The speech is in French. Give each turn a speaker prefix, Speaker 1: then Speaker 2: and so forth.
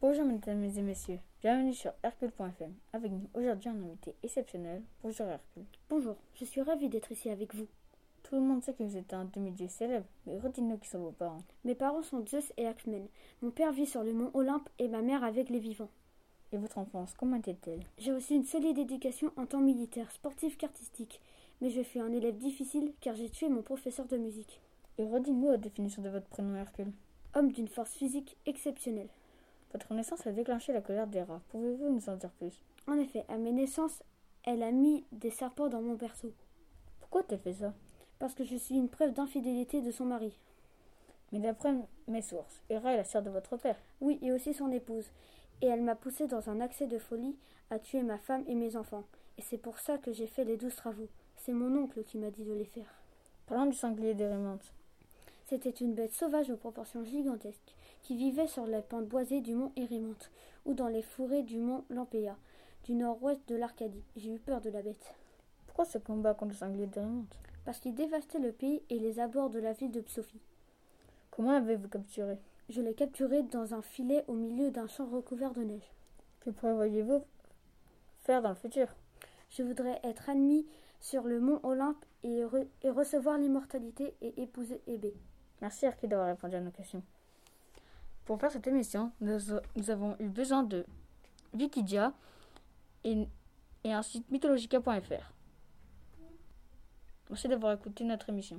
Speaker 1: Bonjour mesdames et messieurs, bienvenue sur Hercule.fm. Avec nous aujourd'hui un invité exceptionnel. Bonjour Hercule.
Speaker 2: Bonjour, je suis ravie d'être ici avec vous.
Speaker 1: Tout le monde sait que vous êtes un demi-dieu célèbre, mais redites-nous qui sont vos parents.
Speaker 2: Mes parents sont Zeus et Axmen. Mon père vit sur le mont Olympe et ma mère avec les vivants.
Speaker 1: Et votre enfance, comment était-elle
Speaker 2: J'ai reçu une solide éducation en temps militaire, sportif qu'artistique, mais je fus un élève difficile car j'ai tué mon professeur de musique.
Speaker 1: Et redites-nous la définition de votre prénom Hercule.
Speaker 2: Homme d'une force physique exceptionnelle.
Speaker 1: Votre naissance a déclenché la colère des rats. Pouvez-vous nous en dire plus
Speaker 2: En effet, à mes naissances, elle a mis des serpents dans mon berceau,
Speaker 1: Pourquoi t'as fait ça
Speaker 2: parce que je suis une preuve d'infidélité de son mari.
Speaker 1: Mais d'après mes sources, Hera est la sœur de votre père.
Speaker 2: Oui, et aussi son épouse. Et elle m'a poussé dans un accès de folie à tuer ma femme et mes enfants. Et c'est pour ça que j'ai fait les douze travaux. C'est mon oncle qui m'a dit de les faire.
Speaker 1: Parlons du sanglier des Rémantes.
Speaker 2: C'était une bête sauvage aux proportions gigantesques, qui vivait sur la pente boisée du mont Hérémente, ou dans les fourrés du mont Lampéa, du nord-ouest de l'Arcadie. J'ai eu peur de la bête,
Speaker 1: Pourquoi ce combat contre le sanglier des Rémantes
Speaker 2: parce qu'il dévastait le pays et les abords de la ville de Psophie.
Speaker 1: Comment l'avez-vous capturé
Speaker 2: Je l'ai capturé dans un filet au milieu d'un champ recouvert de neige.
Speaker 1: Que prévoyez-vous faire dans le futur
Speaker 2: Je voudrais être admis sur le mont Olympe et, re- et recevoir l'immortalité et épouser Hébé.
Speaker 1: Merci Hercule d'avoir répondu à nos questions. Pour faire cette émission, nous, nous avons eu besoin de Wikidia et, et un site mythologica.fr. Merci d'avoir écouté notre émission.